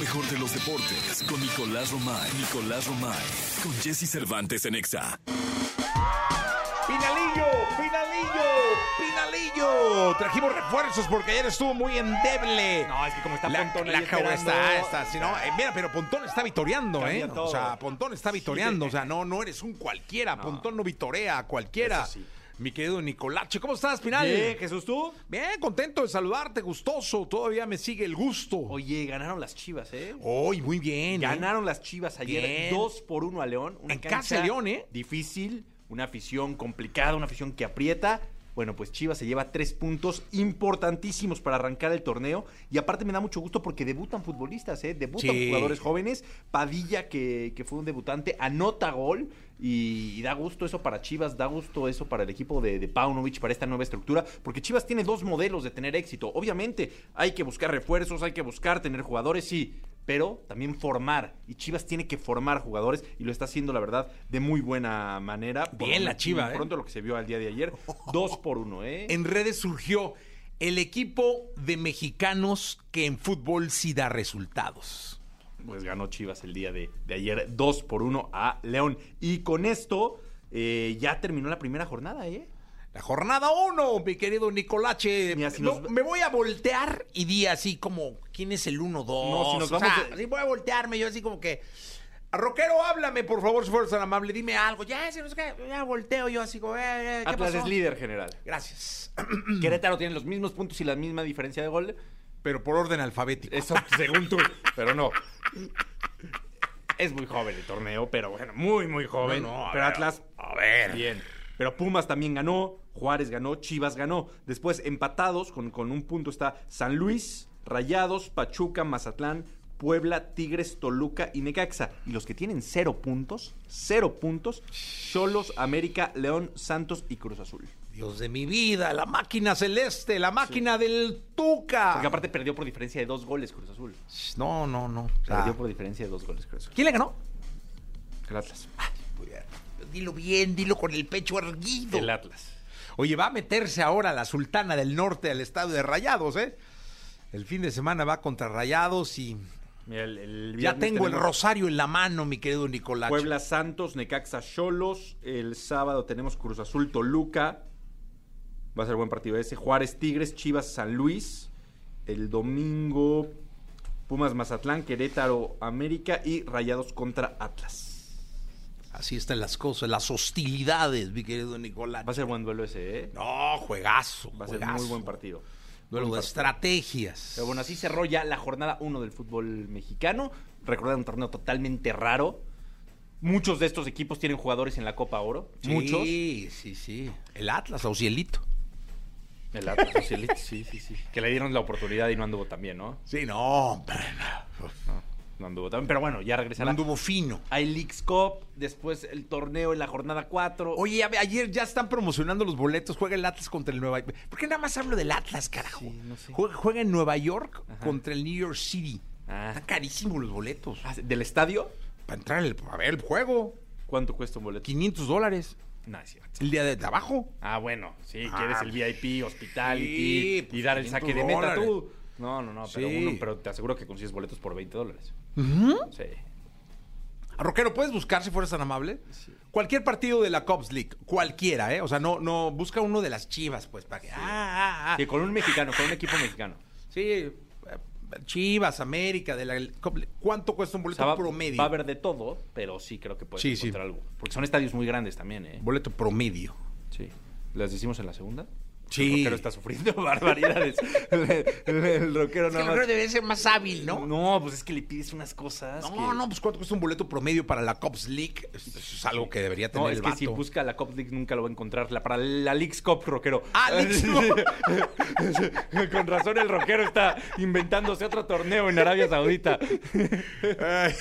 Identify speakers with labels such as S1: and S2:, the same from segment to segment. S1: mejor de los deportes con Nicolás Romay. Nicolás Romay. Con Jesse Cervantes en Exa.
S2: Pinalillo, Pinalillo, Pinalillo. Trajimos refuerzos porque ayer estuvo muy endeble.
S3: No, es que como está
S2: la,
S3: Pontón ahí
S2: la
S3: esperando-
S2: cabra está, está, si no, eh, mira, pero Pontón está vitoreando,
S3: Cambia
S2: ¿eh?
S3: todo.
S2: O sea, Pontón está vitoreando, o sea, no, no eres un cualquiera, Pontón no vitorea a cualquiera.
S3: Eso sí.
S2: Mi querido Nicolache, ¿cómo estás, Pinal?
S3: Bien, Jesús, ¿tú?
S2: Bien, contento de saludarte, gustoso, todavía me sigue el gusto. Hoy,
S3: Oye, ganaron las chivas, ¿eh?
S2: muy bien. ¿eh?
S3: Ganaron las chivas ayer.
S2: Bien.
S3: Dos por uno a León. Una
S2: En
S3: cancha
S2: casa de León, ¿eh?
S3: Difícil, una afición complicada, una afición que aprieta. Bueno, pues Chivas se lleva tres puntos importantísimos para arrancar el torneo. Y aparte me da mucho gusto porque debutan futbolistas, ¿eh? Debutan
S2: Sí.
S3: jugadores jóvenes. Padilla, que, que fue un debutante, anota gol. Y, y da gusto eso para Chivas, da gusto eso para el equipo de, de Paunovic, para esta nueva estructura. Porque Chivas tiene dos modelos de tener éxito. Obviamente, hay que buscar refuerzos, hay que buscar tener jugadores, sí. Pero también formar. Y Chivas tiene que formar jugadores. Y lo está haciendo, la verdad, de muy buena manera. Por
S2: Bien
S3: lo-
S2: la Chiva, ¿eh?
S3: Pronto lo que se vio al día de ayer. Dos por uno, ¿eh?
S2: En redes surgió el equipo de mexicanos que en fútbol sí da resultados.
S3: pues ganó Chivas el día de, de ayer 2 por 1 a León. Y con esto eh, ya terminó la primera jornada, ¿eh?
S2: La jornada uno, mi querido Nicolache.
S3: Mira, si
S2: No,
S3: nos-
S2: Me voy a voltear y di así como, ¿quién es el 1-2?
S3: No, si nos
S2: O
S3: vamos
S2: sea,
S3: de-
S2: así voy a voltearme, yo así como que... Roquero, háblame, por favor, si fueras tan amable, dime algo. Ya, si no sé qué, ya volteo yo así como, eh, eh, ¿qué
S3: Atlas
S2: pasó? Mm.
S3: es líder general.
S2: Gracias.
S3: Querétaro tiene los mismos puntos y la misma diferencia de gol.
S2: Pero por orden alfabético.
S3: Eso según tú, pero no. Es muy joven el torneo, pero bueno, muy, muy joven.
S2: No, no, a
S3: pero
S2: ver,
S3: Atlas
S2: A ver.
S3: Bien. Pero Pumas también ganó, Juárez ganó, Chivas ganó. Después empatados con, con un punto está San Luis, Rayados, Pachuca, Mazatlán, Puebla, Tigres, Toluca y Necaxa. Y los que tienen cero puntos, cero puntos, Cholos, América, León, Santos y Cruz Azul.
S2: Dios de mi vida, la máquina celeste, la máquina del Tuca.
S3: Porque aparte perdió por diferencia de dos goles Cruz Azul.
S2: No, no, no. O sea,
S3: Perdió por diferencia de dos goles Cruz Azul.
S2: ¿Quién le ganó? Pues,
S3: El Atlas.
S2: Dilo bien, dilo con el pecho erguido.
S3: El Atlas.
S2: Oye, va a meterse ahora la Sultana del Norte al estado de Rayados, ¿eh? El fin de semana va contra Rayados y
S3: Mira, el- el
S2: ya
S3: viernes
S2: tengo el
S3: tenemos-
S2: rosario en la mano, mi querido Nicolás.
S3: Puebla Santos, Necaxa Cholos. El sábado tenemos Cruz Azul Toluca. Va a ser buen partido ese. Juárez Tigres, Chivas San Luis. El domingo Pumas Mazatlán, Querétaro América y Rayados contra Atlas.
S2: Así están las cosas, las hostilidades, mi querido Nicolás.
S3: Va a ser buen duelo ese, ¿eh?
S2: No, juegazo.
S3: Va a ser
S2: juegazo.
S3: muy buen partido.
S2: Duelo de estrategias.
S3: Pero bueno, así cerró ya la jornada 1 del fútbol mexicano. Recordad un torneo totalmente raro. Muchos de estos equipos tienen jugadores en la Copa Oro. Muchos.
S2: Sí, sí, sí. El Atlas, Auxielito.
S3: El Atlas, Socialite, sí, sí, sí. Que le dieron la oportunidad y no anduvo tan bien, ¿no?
S2: Sí, no, hombre. no.
S3: No anduvo tan bien. Pero bueno, ya
S2: No
S3: regresará.
S2: anduvo fino.
S3: Hay Leagues Cup, después el torneo en la jornada 4.
S2: Oye, a ver, ayer ya están promocionando los boletos. Juega el Atlas contra el Nueva York. ¿Por qué nada más hablo del Atlas, carajo?
S3: Sí, no sé.
S2: juega, juega en Nueva York
S3: Ajá.
S2: contra el New York City.
S3: Ah.
S2: Están carísimos los boletos.
S3: Ah, ¿Del estadio?
S2: Para entrar al- a ver el juego,
S3: ¿Cuánto cuesta un boleto?
S2: 500 dólares.
S3: No, es cierto.
S2: El día de trabajo.
S3: Ah, bueno, sí,
S2: Ah,
S3: quieres el VIP, hospitality
S2: sí,
S3: y
S2: pues,
S3: dar el saque de meta
S2: 500
S3: tú. No, no, no, pero,
S2: Sí.
S3: uno- pero te aseguro que consigues boletos por 20 dólares. Sí.
S2: Roquero, ¿puedes buscar si fueras tan amable? Cualquier partido de la Cops League, cualquiera, ¿eh? O sea, no, no, busca uno de las chivas, pues, para que. Ah, ah, ah.
S3: Que con un mexicano, con un equipo mexicano.
S2: Sí, eh, Chivas, América, de la Cops League. ¿Cuánto cuesta un
S3: O
S2: boleto
S3: sea, va,
S2: promedio?
S3: va a haber de todo, pero sí creo que puedes
S2: Sí, sí.
S3: encontrar algo. Porque son estadios muy grandes también, ¿eh?
S2: Boleto promedio.
S3: Sí. ¿Las decimos en la segunda?
S2: Sí.
S3: El rockero está sufriendo barbaridades. el, el- el rockero
S2: Es que
S3: nada más-
S2: el rockero debe ser más hábil, ¿no?
S3: No, pues es que le pides unas cosas.
S2: No,
S3: que-
S2: no, pues cuánto cuesta un boleto promedio para la Cops League. Es, es algo que debería tener
S3: No, es
S2: el
S3: que
S2: vato.
S3: si busca la Cop League nunca lo va a encontrar. La, para la Leagues Cop, rockero.
S2: Ah, Leagues Cup.
S3: Con razón el rockero está inventándose otro torneo en Arabia Saudita.
S2: Ay.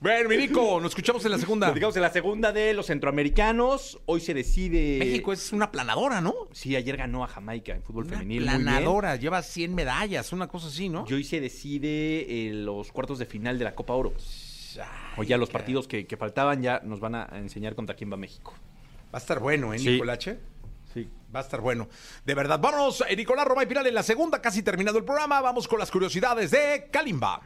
S2: bueno, mi Nico, nos escuchamos en la segunda.
S3: Digamos, en la segunda de los centroamericanos, hoy se decide...
S2: México es una planadora, ¿no?
S3: Sí, ayer ganó a Jamaica en fútbol
S2: Una
S3: femenil. muy bien.
S2: planadora, lleva 100 medallas, una cosa así, ¿no?
S3: Y hoy se decide eh, los cuartos de final de la Copa Oro. O ya los partidos que, que faltaban ya nos van a a enseñar contra quién va México.
S2: Va a estar bueno, ¿eh,
S3: Sí.
S2: Nicolache?
S3: Sí.
S2: Va a estar bueno. De verdad, vámonos, eh, Nicolás Roma y Piral en la segunda, casi terminado el programa. Vamos con las curiosidades de Kalimba.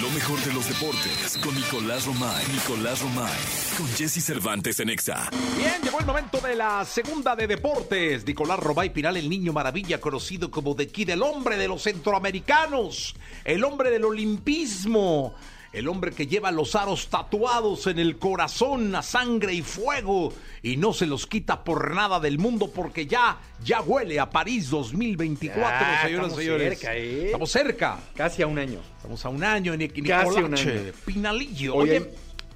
S1: Lo mejor de los deportes con Nicolás Romay. Nicolás Romay. Con Jesse Cervantes en Exa.
S2: Bien, llegó el momento de la segunda de deportes. Nicolás Robay Pinal, el niño maravilla, conocido como The Kid, el hombre de los centroamericanos, el hombre del olimpismo, el hombre que lleva los aros tatuados en el corazón a sangre y fuego y no se los quita por nada del mundo porque ya, ya huele a París 2024,
S3: Ya,
S2: señoras
S3: Ah,
S2: y
S3: estamos
S2: señores.
S3: cerca, ¿eh?
S2: Estamos cerca.
S3: Casi a un año.
S2: Estamos a un año, Nic-
S3: Casi un
S2: Nicolache,
S3: año.
S2: Pinalillo.
S3: Oye,
S2: Oye,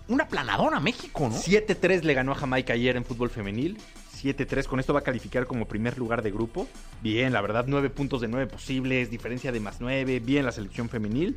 S2: una planadora México, ¿no?
S3: 7-3 le ganó a Jamaica ayer en fútbol femenil. 7-3, con esto va a calificar como primer lugar de grupo. Bien, la verdad, 9 puntos de 9 posibles, diferencia de más 9, bien la selección femenil.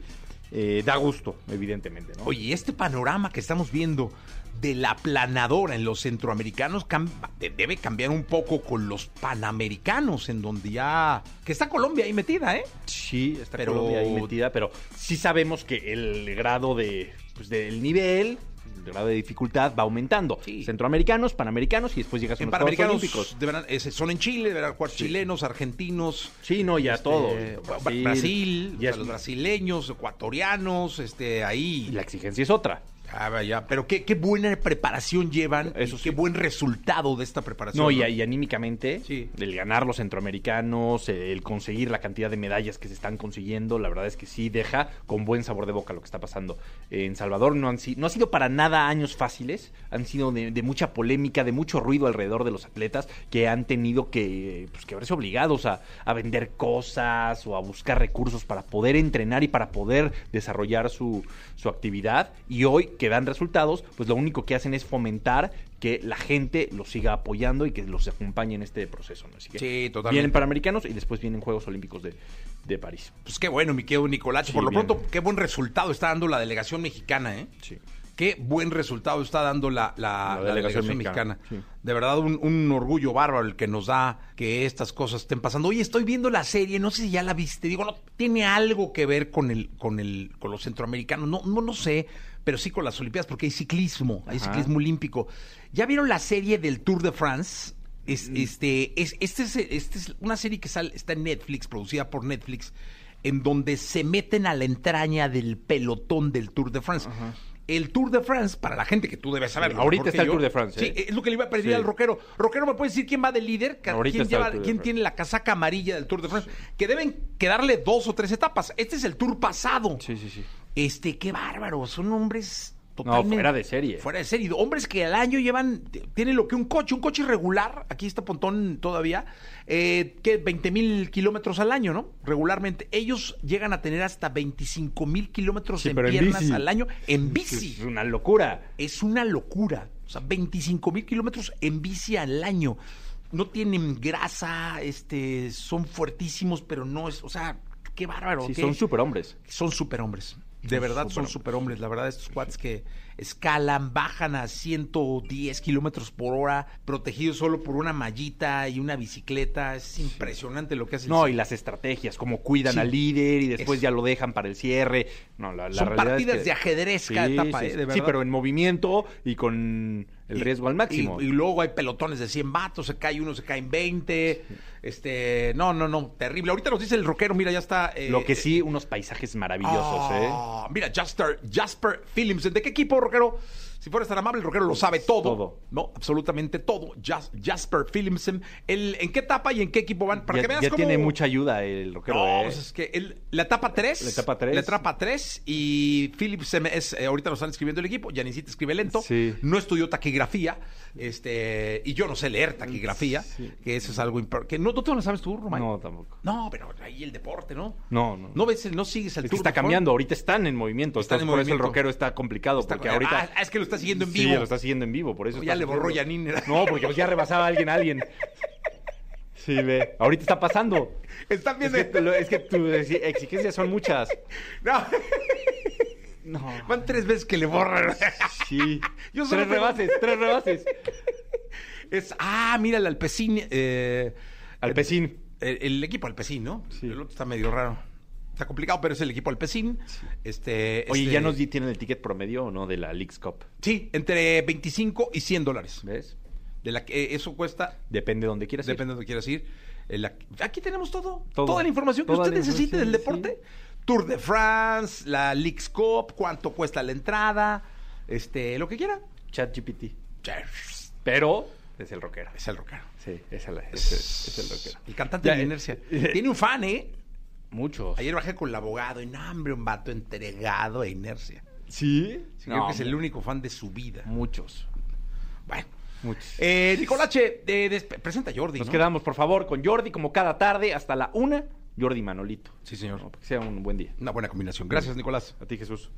S3: Eh, da gusto, evidentemente, ¿no?
S2: Oye, este panorama que estamos viendo de la planadora en los centroamericanos cam- de- debe cambiar un poco con los panamericanos, en donde ya. que está Colombia ahí metida, ¿eh?
S3: sí, está
S2: pero-
S3: Colombia ahí metida, pero sí sabemos que el grado de, pues, del nivel, el grado de dificultad va aumentando.
S2: Sí.
S3: Centroamericanos, panamericanos y después llegas a
S2: En
S3: los Juegos
S2: panamericanos
S3: Olímpicos.
S2: deberán- ese- son en Chile, deberán jugar chilenos, argentinos.
S3: Sí, no, ya
S2: este,
S3: todo.
S2: Bra- Brasil,
S3: ya
S2: o sea,
S3: es-
S2: los brasileños, ecuatorianos, este, ahí.
S3: y la exigencia es otra.
S2: Ah, vaya, pero qué, qué buena preparación llevan,
S3: Eso
S2: y
S3: sí.
S2: qué buen resultado de esta preparación.
S3: No, y, y anímicamente,
S2: Sí.
S3: el ganar los centroamericanos, eh, el conseguir la cantidad de medallas que se están consiguiendo, la verdad es que sí deja con buen sabor de boca lo que está pasando. Eh, en Salvador no han, si- no ha sido para nada años fáciles, han sido de, de mucha polémica, de mucho ruido alrededor de los atletas que han tenido que, pues, que verse obligados a, a vender cosas o a buscar recursos para poder entrenar y para poder desarrollar su, su actividad. Y hoy que dan resultados, pues lo único que hacen es fomentar que la gente los siga apoyando y que los acompañe en este proceso. ¿no? Así que
S2: Sí, totalmente.
S3: Vienen Panamericanos y después vienen Juegos Olímpicos de, de París.
S2: Pues qué bueno, mi querido Nicolás.
S3: Sí,
S2: Por lo
S3: bien.
S2: pronto, qué buen resultado está dando la delegación mexicana, ¿eh?
S3: Sí.
S2: Qué buen resultado está dando la, la-
S3: La
S2: la delegación,
S3: delegación
S2: mexicana.
S3: mexicana,
S2: De verdad, un, un orgullo bárbaro el que nos da que estas cosas estén pasando. Oye, estoy viendo la serie, no sé si ya la viste. Digo, no, tiene algo que ver con el, con el, con los centroamericanos. No, no, no sé, pero sí con las Olimpiadas, porque hay ciclismo, hay
S3: Ajá.
S2: ciclismo olímpico. ¿Ya vieron la serie del Tour de France? Es,
S3: Mm.
S2: este, es, este es, este es una serie que sale, está en Netflix, producida por Netflix, en donde se meten a la entraña del pelotón del Tour de France. El Tour de France, para la gente que tú debes saber.
S3: Ahorita está el Tour de France,
S2: Sí,
S3: ¿eh?
S2: es lo que le iba a pedir
S3: Sí.
S2: al rockero. Rockero, ¿me puedes decir quién va de líder? Ca-
S3: Ahorita
S2: ¿Quién,
S3: está el
S2: lleva-
S3: Tour de
S2: quién
S3: France.
S2: tiene la casaca amarilla del Tour de France? Que deben quedarle dos o tres etapas. Este es el Tour pasado.
S3: sí, sí.
S2: Este, qué bárbaro. Son hombres totalmente...
S3: fuera de serie.
S2: Fuera de serie. Hombres que al año llevan... t- Tienen lo que un coche, un coche regular. Aquí está Pontón todavía. Eh, que 20 mil kilómetros al año, ¿no? Regularmente. Ellos llegan a tener hasta 25 mil kilómetros
S3: Sí,
S2: en
S3: pero en
S2: piernas
S3: bici.
S2: al año en bici.
S3: Es una locura.
S2: Es una locura. O sea, 25 mil kilómetros en bici al año. No tienen grasa, este, son fuertísimos, pero no es, o sea, qué bárbaro.
S3: Sí,
S2: qué-
S3: son superhombres.
S2: son superhombres. De verdad son superhombres. La verdad, estos cuates que escalan, bajan a 110 kilómetros por hora, protegidos solo por una mallita y una bicicleta. Es impresionante lo que hacen.
S3: No, y las estrategias, como cuidan
S2: Sí.
S3: al líder y después
S2: Es-
S3: ya lo dejan para el cierre. No, la, la
S2: Son
S3: realidad es
S2: partidas
S3: que-
S2: de ajedrez cada
S3: Sí,
S2: etapa,
S3: sí,
S2: ¿eh?
S3: sí.
S2: De
S3: Sí,
S2: verdad.
S3: pero en movimiento y con el riesgo al máximo.
S2: Y, y luego hay pelotones de 100 vatos, se cae uno, se caen 20. Este, no, no, no, terrible. Ahorita nos dice el rockero, mira, ya está. eh,
S3: Lo que
S2: eh,
S3: sí, unos paisajes maravillosos, ¿eh?
S2: ah, Mira, Jasper, Jasper Phillips. ¿De qué equipo, rockero? Si fueras tan amable, el rockero lo sabe todo.
S3: Todo.
S2: No, absolutamente todo. Jas- Jasper Phillips. ¿En qué etapa y en qué equipo van? Para
S3: ya
S2: que veas
S3: ya
S2: cómo-
S3: tiene mucha ayuda el rockero,
S2: no,
S3: ¿eh?
S2: pues es que el- la etapa 3.
S3: La etapa tres.
S2: La etapa 3. Y Philip se me- es, eh, ahorita nos están escribiendo el equipo. Yanisita escribe lento.
S3: Sí.
S2: No estudió taquigrafía. Este, y yo no sé leer taquigrafía.
S3: Sí.
S2: Que eso es algo impor- que No, ¿No te lo sabes tú, Román?
S3: No, tampoco.
S2: No, pero ahí el deporte, ¿no?
S3: No, no.
S2: No ves, no sigues el
S3: Es que
S2: Tour
S3: está
S2: de France?
S3: cambiando, ahorita están en movimiento.
S2: Están
S3: entonces
S2: en
S3: por eso el
S2: movimiento.
S3: rockero está complicado,
S2: Está-
S3: porque ahorita...
S2: Ah, es que lo está siguiendo en
S3: Sí,
S2: vivo.
S3: lo está siguiendo en vivo, por eso.
S2: Ya
S3: está
S2: le borró
S3: sufriendo.
S2: Yanine.
S3: No, porque pues, ya rebasaba a alguien a alguien. Sí, ve. Ahorita está pasando.
S2: Están
S3: Es
S2: viendo.
S3: que, lo- es que tus exi- exigencias son muchas.
S2: No,
S3: No.
S2: van tres veces que le borran.
S3: Sí.
S2: Yo solo
S3: tres
S2: tengo-
S3: rebases, tres rebases.
S2: Es, ah, mira, el Alpecín. eh,
S3: Alpecín.
S2: El, el equipo Alpecín, ¿no?
S3: Sí.
S2: El otro está medio raro. Está complicado, pero es el equipo Alpecín. Este,
S3: Oye,
S2: este-
S3: ¿ya nos di- tienen el ticket promedio o no de la Leagues Cup?
S2: Sí, entre 25 y 100 dólares.
S3: ¿Ves?
S2: De la que, eh, eso cuesta,
S3: Depende de donde quieras ir.
S2: depende de lo que quieras ir. Eh, la- aquí tenemos todo,
S3: Todo.
S2: Toda la información que
S3: Toda
S2: usted
S3: la
S2: necesite del
S3: información,
S2: deporte. Tour de France, la Leagues Cup, cuánto cuesta la entrada, este, lo que quiera.
S3: ChatGPT.
S2: Cheers.
S3: Pero es el rockero.
S2: Es el rockero.
S3: Sí, es el, es el- es el rockero.
S2: El cantante
S3: Ya,
S2: de
S3: eh,
S2: Inercia.
S3: eh,
S2: Tiene un fan, ¿eh?
S3: Muchos.
S2: Ayer bajé con el abogado y no, hombre, un vato entregado a Inercia.
S3: ¿Sí?
S2: Sí, creo que es el único fan de su vida.
S3: Muchos.
S2: Bueno.
S3: Muchos.
S2: Eh, Nicolache, eh, des- presenta a Jordi.
S3: Nos
S2: ¿no?
S3: quedamos, por favor, con Jordi, como cada tarde, hasta la una. Jordi Manolito.
S2: Sí, señor.
S3: Que sea un buen día.
S2: Una buena combinación. Gracias, Nicolás.
S3: A ti, Jesús.